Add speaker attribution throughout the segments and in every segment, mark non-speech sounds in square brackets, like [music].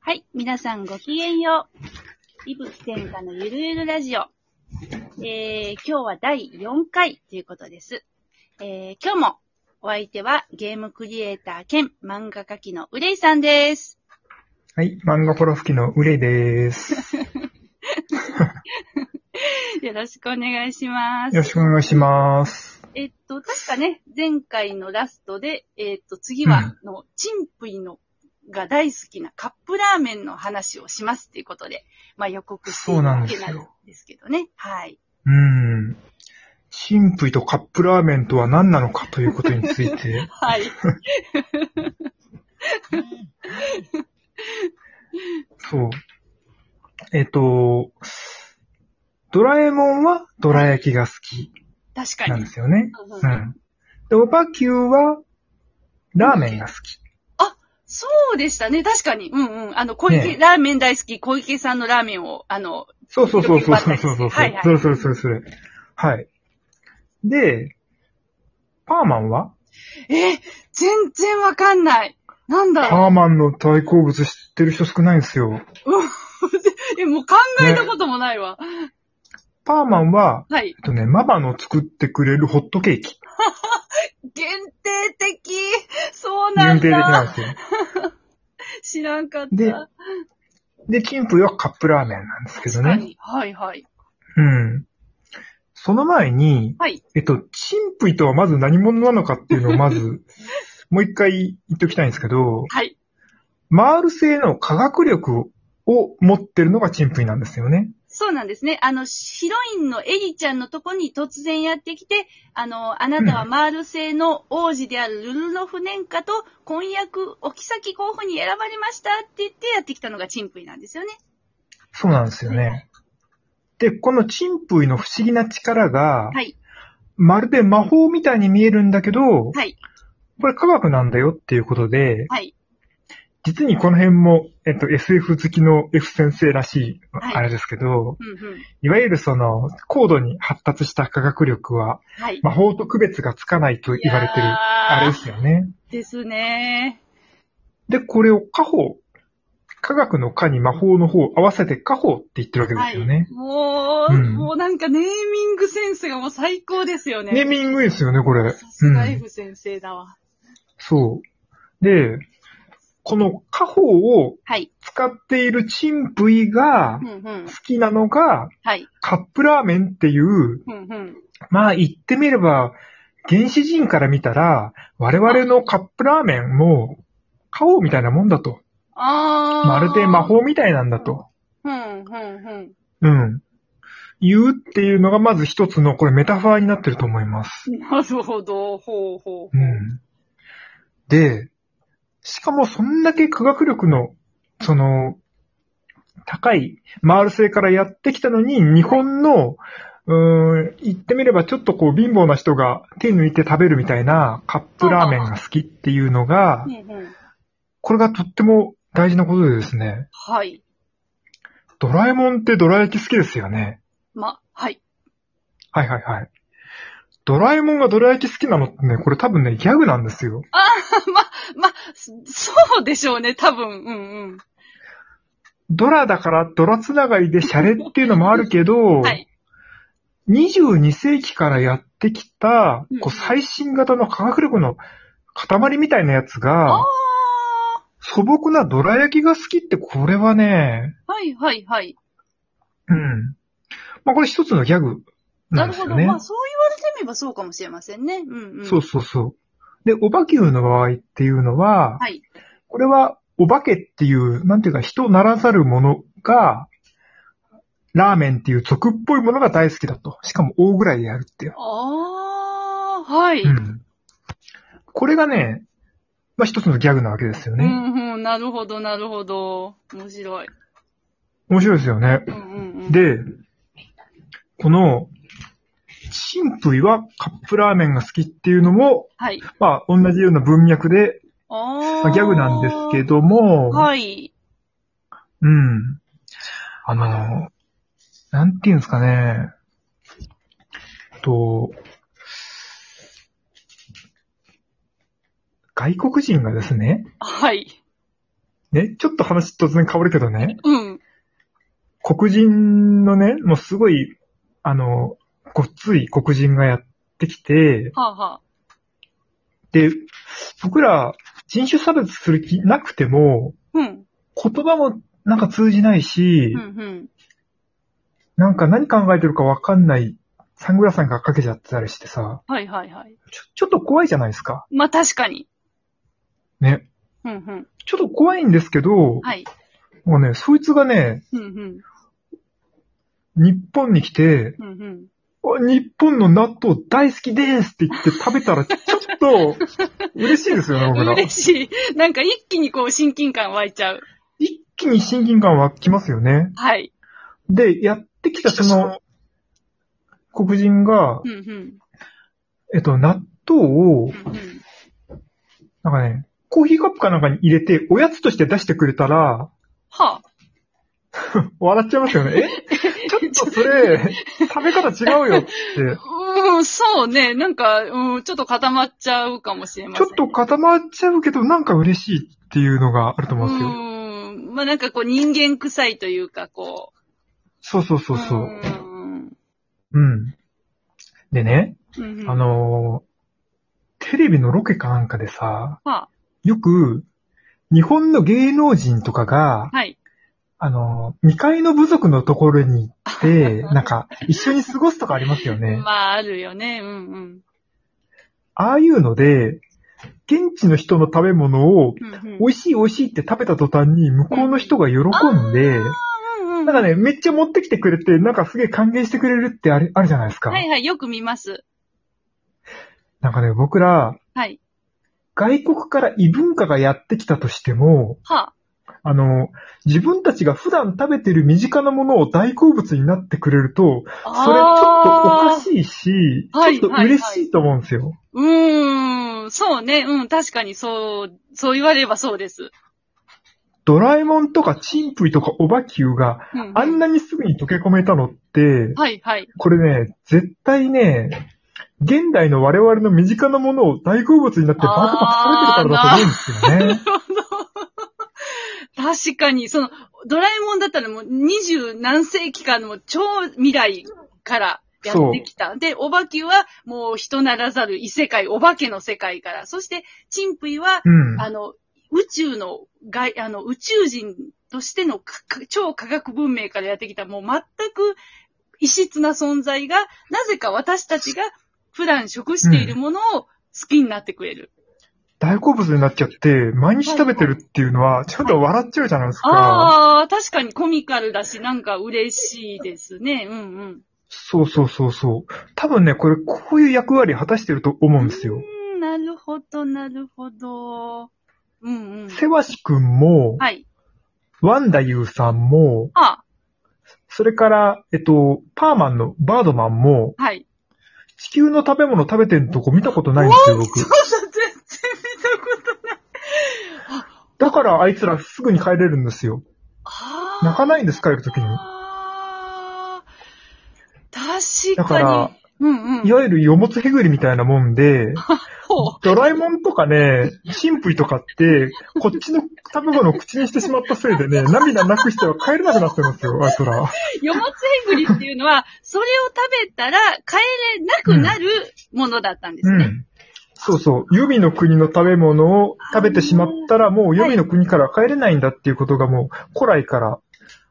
Speaker 1: はい、皆さんごきげんよう。イブ天下のゆるゆるラジオ。えー、今日は第4回ということです。えー、今日もお相手はゲームクリエイター兼漫画家きのうれいさんです。
Speaker 2: はい、漫画フォロ吹きのうれで
Speaker 1: [laughs]
Speaker 2: ーす。
Speaker 1: よ
Speaker 2: よ
Speaker 1: ろしくお願いします。
Speaker 2: ろしくお願いします。
Speaker 1: えっと、確かね、前回のラストで、えっと、次は、の、チンプイの、が大好きなカップラーメンの話をしますっていうことで、まあ予告しているわけなんですけどね。はい。、
Speaker 2: うーん。シンプイとカップラーメンとは何なのかということについ
Speaker 1: [laughs]
Speaker 2: て
Speaker 1: はい。
Speaker 2: そう。えっ、と、ドラえもんはドラ焼きが好き
Speaker 1: 確か
Speaker 2: なん
Speaker 1: に
Speaker 2: で。すよね。
Speaker 1: うんうん
Speaker 2: うん。で、オバキューはラーメンが好き。
Speaker 1: そうでしたね。確かに。うんうん。あの、小池、
Speaker 2: ね
Speaker 1: ラーメン大好き、小池さんのラーメンを、あの、
Speaker 2: そうそうそうそうそうそうそう。
Speaker 1: はいはい
Speaker 2: それそれそれそれ。はい。で、パーマンは
Speaker 1: えー全然わかんない。なんだろ
Speaker 2: パーマンの大好物知ってる人少ないんですよ。
Speaker 1: う。え、もう考えたこともないわ。
Speaker 2: パーマンは、
Speaker 1: はい
Speaker 2: え。っとね、ママの作ってくれるホットケーキ。
Speaker 1: 限定的。そうな
Speaker 2: 限
Speaker 1: ん
Speaker 2: 定的な
Speaker 1: だ
Speaker 2: ん。ですよ。
Speaker 1: 知らんかった。
Speaker 2: でで、チンプイはカップラーメンなんですけど
Speaker 1: 確か
Speaker 2: ね。
Speaker 1: に。はいはい。
Speaker 2: うん。その前に、
Speaker 1: はい。
Speaker 2: えっと、チンプイとはまず何者なのかっていうのを
Speaker 1: [laughs]
Speaker 2: まず、もう一回言っておきたいんですけど、
Speaker 1: はい。
Speaker 2: マール製の科学力を持ってるのがチンプイなんですよね。
Speaker 1: そうなんですね。あの、ヒロインのエリちゃんのとこに突然やってきて、あの、あなたはマール製の王子であるルルノフ年下と婚約、お妃候補に選ばれましたって言ってやってきたのがチンプイなんですよね。
Speaker 2: そうなんですよね。で、このチンプイの不思議な力が、
Speaker 1: はい。
Speaker 2: まるで魔法みたいに見えるんだけど、
Speaker 1: はい。
Speaker 2: これ科学なんだよっていうことで、
Speaker 1: はい。
Speaker 2: 実にこの辺も、えっと、SF 好きの F 先生らしい、
Speaker 1: はい
Speaker 2: あれですけど、
Speaker 1: うんうん。
Speaker 2: いわゆるその、高度に発達した科学力は、
Speaker 1: はい。
Speaker 2: 魔法と区別がつかないと言われて
Speaker 1: い
Speaker 2: る、
Speaker 1: やー
Speaker 2: あれですよね。
Speaker 1: ですね。
Speaker 2: で、これを科法、科学の科に魔法の方を合わせて科法って言ってるわけですよね。
Speaker 1: もう、
Speaker 2: うん
Speaker 1: もうなんかネーミングセンスがもう最高ですよね。
Speaker 2: ネーミングですよね、これ。
Speaker 1: さすが
Speaker 2: うん
Speaker 1: F 先生だわ。
Speaker 2: そう。で、この科法を
Speaker 1: はい。
Speaker 2: 使っているチンプイが
Speaker 1: うんうん
Speaker 2: 好。きなのが、
Speaker 1: はい。
Speaker 2: カップラーメンっていう、
Speaker 1: うんうん。
Speaker 2: まあ言ってみれば、原始人から見たら、我々のカップラーメンも、カオみたいなもんだと。
Speaker 1: あー。
Speaker 2: まるで魔。法みたいなんだと。
Speaker 1: うん、うん、うん。
Speaker 2: うん。言うっていうのがまず一つの、これメタファーになってると思います。
Speaker 1: なるほど、ほうほう。
Speaker 2: うん。で、しかもそんだけ科学力の、その、高い、マール製からやってきたのに、日本の、うーん、言ってみればちょっとこう貧乏な人が手抜いて食べるみたいなカップラーメンが好きっていうのが
Speaker 1: う、んうん
Speaker 2: これがとっても大事なことでですね、
Speaker 1: はい。
Speaker 2: ドラえもんってドラ焼き好きですよね。
Speaker 1: ま、はい。
Speaker 2: はいはいはい。ドラえもんがドラ焼き好きなのってね、これ多分ね、ギャグなんですよ。
Speaker 1: ま、そそうでしょうね、多分。うんうん。
Speaker 2: ドラだからドラつながりでシャレっていうのもあるけど、
Speaker 1: はい。
Speaker 2: 22世紀からやってきた
Speaker 1: うん、
Speaker 2: こう最新型の科学力の塊みたいなやつ
Speaker 1: あー
Speaker 2: が、。素朴なドラ焼きが好きってこれはね、
Speaker 1: はいはいはい。
Speaker 2: うん。まあこれ一つのギャグ
Speaker 1: なん
Speaker 2: な
Speaker 1: る
Speaker 2: です
Speaker 1: ほ
Speaker 2: よ
Speaker 1: ど。
Speaker 2: ね。
Speaker 1: まあ、そう言われてみればそうかもしれませんね。うんうん。
Speaker 2: そうそうそう。で、お化けの場合っていうのは、
Speaker 1: はい。
Speaker 2: これは、お化けっていう、なんていうか、人ならざるものが、ラーメンっていう俗っぽいものが大好きだと。しかも大ぐらいでやるっていう。
Speaker 1: あー。はい。
Speaker 2: う。
Speaker 1: うん
Speaker 2: これがね、まあ、一つのギャグなわけですよね。
Speaker 1: んうん。なるほど、なるほど。面白い。
Speaker 2: 面白いですよね。
Speaker 1: うんうんうん。、
Speaker 2: で、この、シンプイはカップラーメンが好きっていうのも、
Speaker 1: はい。
Speaker 2: まあ、同じような文脈で、
Speaker 1: あ
Speaker 2: まあ、
Speaker 1: ー。
Speaker 2: ギャグなんですけ。ども、
Speaker 1: はい。
Speaker 2: うん。あの、なんていうんですかね。と、外国人がですね、
Speaker 1: はい。
Speaker 2: ね、ちょっと話突然変わるけどね、
Speaker 1: うん。
Speaker 2: 黒人のね、もうすごい、あの、ごっつい黒人がやってきて、
Speaker 1: はあは
Speaker 2: で、僕ら人種差別する気なくても、
Speaker 1: あ。うん。
Speaker 2: 言葉もなんか通じないし、
Speaker 1: うんうん。
Speaker 2: なんか何考えてるかわかんないサングラスなんかかけちゃってたりしてさ、
Speaker 1: はいはいはい。
Speaker 2: ちょちょっと怖いじゃないですか。
Speaker 1: まあ確かに。
Speaker 2: ね。
Speaker 1: うんうん。
Speaker 2: ちょっと怖いんですけど、
Speaker 1: はい。
Speaker 2: もうね、そいつがね、
Speaker 1: うんうん。
Speaker 2: 日本に来て、
Speaker 1: うんうん。
Speaker 2: あ日本の納豆大好きですって言って食べたら、ちょっと、嬉しいですよね、僕ら。
Speaker 1: 嬉しい。なんか一気にこう親近感湧いちゃう。
Speaker 2: 一気に親近感湧きますよね。
Speaker 1: はい。
Speaker 2: で、やってきたその、黒人が
Speaker 1: う、んうん。
Speaker 2: えっと、納豆を
Speaker 1: う、んうん。
Speaker 2: なんかね、コーヒーカップかなんかに入れて、おやつとして出してくれたら、
Speaker 1: はあ。
Speaker 2: 笑っちゃいますよね。え
Speaker 1: [laughs]
Speaker 2: ちょっとそれ、食べ方違うよって。
Speaker 1: うん、そうね。なんか、うん、ちょっと固まっちゃうかもしれま
Speaker 2: ち
Speaker 1: せ
Speaker 2: ょ
Speaker 1: ん。
Speaker 2: っと固まっちゃうけど、なんか嬉しいっていうのがあると思うんですよ。
Speaker 1: うん。まあなんかこう人間臭いというか、こう。
Speaker 2: そうそうそうそうう。
Speaker 1: ん。
Speaker 2: うん。でね、
Speaker 1: うんうん
Speaker 2: あ、のーテレビのロケかなんかでさ、
Speaker 1: は
Speaker 2: よく、日本の芸能人とかが
Speaker 1: あ、、はい。
Speaker 2: あのー、未開の部族のところに行って、なんか、一緒に過ごすとかありますよ
Speaker 1: [laughs]
Speaker 2: ね。
Speaker 1: まああるよね。うんうん。
Speaker 2: ああいうので、現地の人の食べ物を、
Speaker 1: うんうん
Speaker 2: 美味しい美味しいって食べた途端に、向こうの人が喜んで、
Speaker 1: うんうん
Speaker 2: なんかね、めっちゃ持ってきてくれて、なんかすげえ歓迎してくれるってあれ、あるじゃないですか。
Speaker 1: はいはい、よく見ます。
Speaker 2: なんかね、僕ら、
Speaker 1: はい。
Speaker 2: 外国から異文化がやってきたとしても、
Speaker 1: は
Speaker 2: あの、自分たちが普段食べてる身近なものを大好物になってくれると、
Speaker 1: あ。
Speaker 2: それちょっとおか
Speaker 1: い。
Speaker 2: しいし、
Speaker 1: あー
Speaker 2: ちょっと
Speaker 1: はいはい
Speaker 2: 嬉しいと思うんですよ。
Speaker 1: うーん、そうね。うん、確かにそう、そう言われればそうです。
Speaker 2: ドラえもんとかチンプイとかオバキューが
Speaker 1: うんうん
Speaker 2: あんなにすぐに溶け込めたのって、
Speaker 1: はいはい。
Speaker 2: これね、絶対ね、現代の我々の身近なものを大好物になってバクバク食べてるからだと思うんですよね。
Speaker 1: 確かに、その、ドラえもんだったらもう二十何世紀間の超未来からやってきた。で、お化けはもう人ならざる異世界、お化けの世界から。そして、チンプイは、
Speaker 2: うん。
Speaker 1: あの、宇宙の外、あの、宇宙人としてのかか超科学文明からやってきた、もう全く異質な存在が、なぜか私たちが普段食しているものを好きになってくれる。
Speaker 2: 大好物になっちゃって、毎日食べてるっていうのは、ちょっと笑っちゃうじゃないですか。
Speaker 1: ああ、確かにコミカルだし、なんか嬉しいですね。うんうん。
Speaker 2: そうそうそうそう。多分ね、これ、こういう役割果たしてると思うんですよ。
Speaker 1: うんなるほど、なるほど。うんうん。
Speaker 2: セワシ君も、
Speaker 1: はい。
Speaker 2: ワンダユーさんも、
Speaker 1: あ、
Speaker 2: それから、えっと、パーマンのバードマン
Speaker 1: [laughs]
Speaker 2: も、
Speaker 1: はい。
Speaker 2: 地球の食べ物食べてるとこ見たことないんです
Speaker 1: そ
Speaker 2: よ、
Speaker 1: う
Speaker 2: 僕。
Speaker 1: だ、全然見たことない。
Speaker 2: だからあいつらすぐに帰れるんですよ。
Speaker 1: あー
Speaker 2: 泣かないんです、帰るときに。
Speaker 1: あー
Speaker 2: だ
Speaker 1: 確
Speaker 2: か
Speaker 1: からに。、うんうん。
Speaker 2: いわゆるよもつへぐりみたいなもんで、
Speaker 1: ほ
Speaker 2: ドラえもんとかね、シンプイとかって、こっちの食べ物を口にしてしまったせいでね、涙なくしては帰れなくなってますよ、あいつら。
Speaker 1: うよもつへぐりっていうのは、それを食べたら帰れなくなるものだったんです
Speaker 2: う
Speaker 1: ね。
Speaker 2: ん。そうそう。黄泉の国の食べ物を食べてしまったら、もう黄泉の国から帰れないんだっていうことがもう、古来から、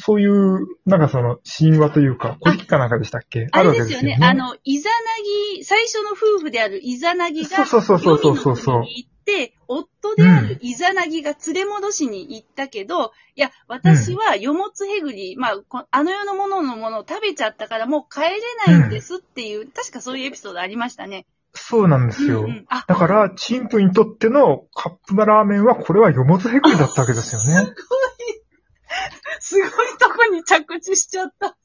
Speaker 2: そういう、なんかその、神話というか、古事記かなんかでしたっけあ
Speaker 1: あ
Speaker 2: る
Speaker 1: れ
Speaker 2: わ
Speaker 1: で
Speaker 2: けですす
Speaker 1: よ
Speaker 2: よ
Speaker 1: ね。
Speaker 2: ね。
Speaker 1: あの、イザナギ、最初の夫婦であるイザナギが、
Speaker 2: そうそうそうそうそうそう
Speaker 1: 黄泉の国に行って、夫であるイザナギが連れ戻しに行ったけど、いや、私はよもつへぐり、まあこ、あの世のもののものを食べちゃったからもう帰れないんですっていう、確かそういうエピソードありましたね。
Speaker 2: そうなんです
Speaker 1: う
Speaker 2: よ
Speaker 1: んう。んあ、
Speaker 2: だから、チンプにとってのカップラーメンは、これはよもつへぐりだったわけですよ
Speaker 1: [laughs]
Speaker 2: ね。
Speaker 1: すごいとこに着地しちゃった。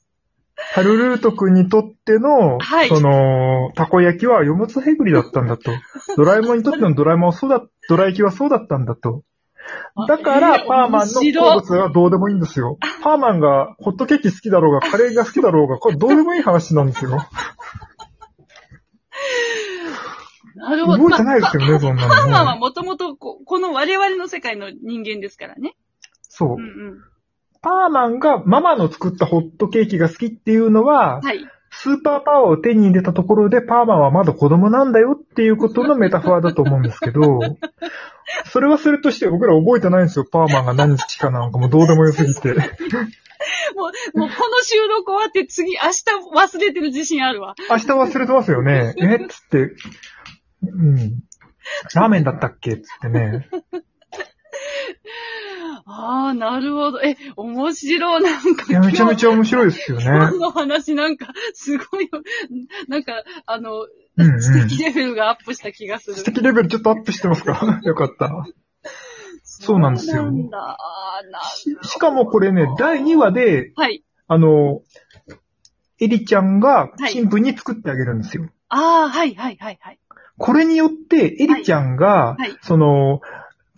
Speaker 2: ハルルート君にとっての、
Speaker 1: はい
Speaker 2: その、たこ焼きはよもつへぐりだったんだと。ドラえもんにとってのドラえもんはそうだ、ドラ焼きはそうだったんだと。だから、パーマンの好物はどうでもいいんですよ。パーマンがホットケーキ好きだ
Speaker 1: [laughs]
Speaker 2: ろうが、カレーが好きだろうが、これどうでもいい話なんですよ。
Speaker 1: なるほど。
Speaker 2: 覚えて
Speaker 1: まあ
Speaker 2: ないですよね、そんな
Speaker 1: パーマン
Speaker 2: の
Speaker 1: は
Speaker 2: ね。
Speaker 1: もともとここの我々の世界の人間ですからね。
Speaker 2: そう
Speaker 1: う。ん
Speaker 2: パーマンがママの作ったホットケーキが好きっていうの
Speaker 1: う
Speaker 2: は
Speaker 1: ん。、はい。
Speaker 2: スーパーパワーを手に入れたところでパーマンはまだ子供なんだよっていうことのメタファーだと思うんですけ
Speaker 1: [laughs]
Speaker 2: ど、それはそれとして僕ら覚えてないんですよ。パーマンが何日かなんかもうどうでもよすぎて。
Speaker 1: もう、もうこの収録終わって次、明日忘れてる自信あるわ。
Speaker 2: 明日忘れてます
Speaker 1: [laughs]
Speaker 2: よね。えっつって。うん。ラーメンだったっけつってね。
Speaker 1: ああ、なるほど。え、面白い。なんか
Speaker 2: いや、めちゃめ
Speaker 1: ゃ。
Speaker 2: ちゃ面白いですよね。
Speaker 1: 今日の話なんか、すごい、なんか、あの、
Speaker 2: うんうん。
Speaker 1: 知
Speaker 2: 知
Speaker 1: 的レベルがアップした気がする。
Speaker 2: 的レベルちょっとアップしてますか [laughs] よかった。そうなんですよ
Speaker 1: そうなんだ。あーな
Speaker 2: ししかもこれね、第2話で、
Speaker 1: はい。
Speaker 2: あの、エリちゃんが、新婦に作ってあげるんですよ。
Speaker 1: ああ、はい、はい、はい、はい。
Speaker 2: これによって、エリちゃんが、
Speaker 1: はいはい
Speaker 2: その、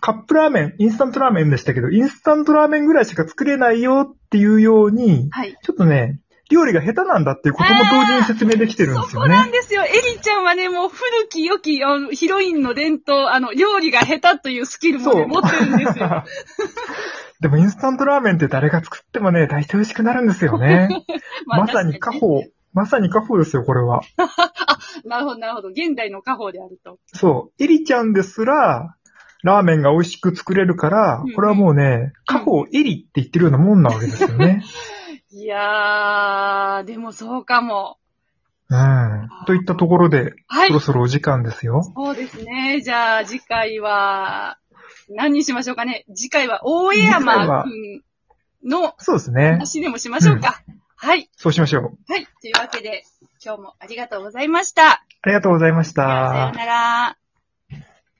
Speaker 2: カップラーメン、インスタントラーメンでしたけど、インスタントラーメンぐらいしか作れないよっていうように、
Speaker 1: はい。
Speaker 2: ちょっとね、料理が下手なんだっていうことも同時に説明できてるんです
Speaker 1: そ
Speaker 2: よ
Speaker 1: こなん
Speaker 2: ね。
Speaker 1: ですよ。エリちゃんはね、もう古き良きあのヒロインの伝統、あの、料理が下手というスキルもね、
Speaker 2: そう
Speaker 1: 持ってるんですよ。
Speaker 2: [laughs] でもインスタントラーメンって誰が作ってもね、大体美味しくなるんですよね。
Speaker 1: あ
Speaker 2: まさに家。宝。まさに家宝ですよ、これは。
Speaker 1: 確かになるほど、なるほど。現代の家宝であると。
Speaker 2: そう。エリちゃんですら、ラーメンが美味しく作れるから
Speaker 1: うん、
Speaker 2: これはもうね、家宝エリって言ってるようなもんなわけですよね。
Speaker 1: いやー、でもそうかも。
Speaker 2: うん。といったところで、
Speaker 1: はい
Speaker 2: そろ。そろお時間ですよ。
Speaker 1: そうですね。じゃあ、次回は、何にしましょうかね。次回は、大江山くんの
Speaker 2: そうですね。
Speaker 1: 話でもしましょうか。はい。
Speaker 2: そうしましょう。
Speaker 1: はい。というわけで、今日もありがとうございました。
Speaker 2: ありがとうございまし
Speaker 1: さよ
Speaker 2: た
Speaker 1: う。なら。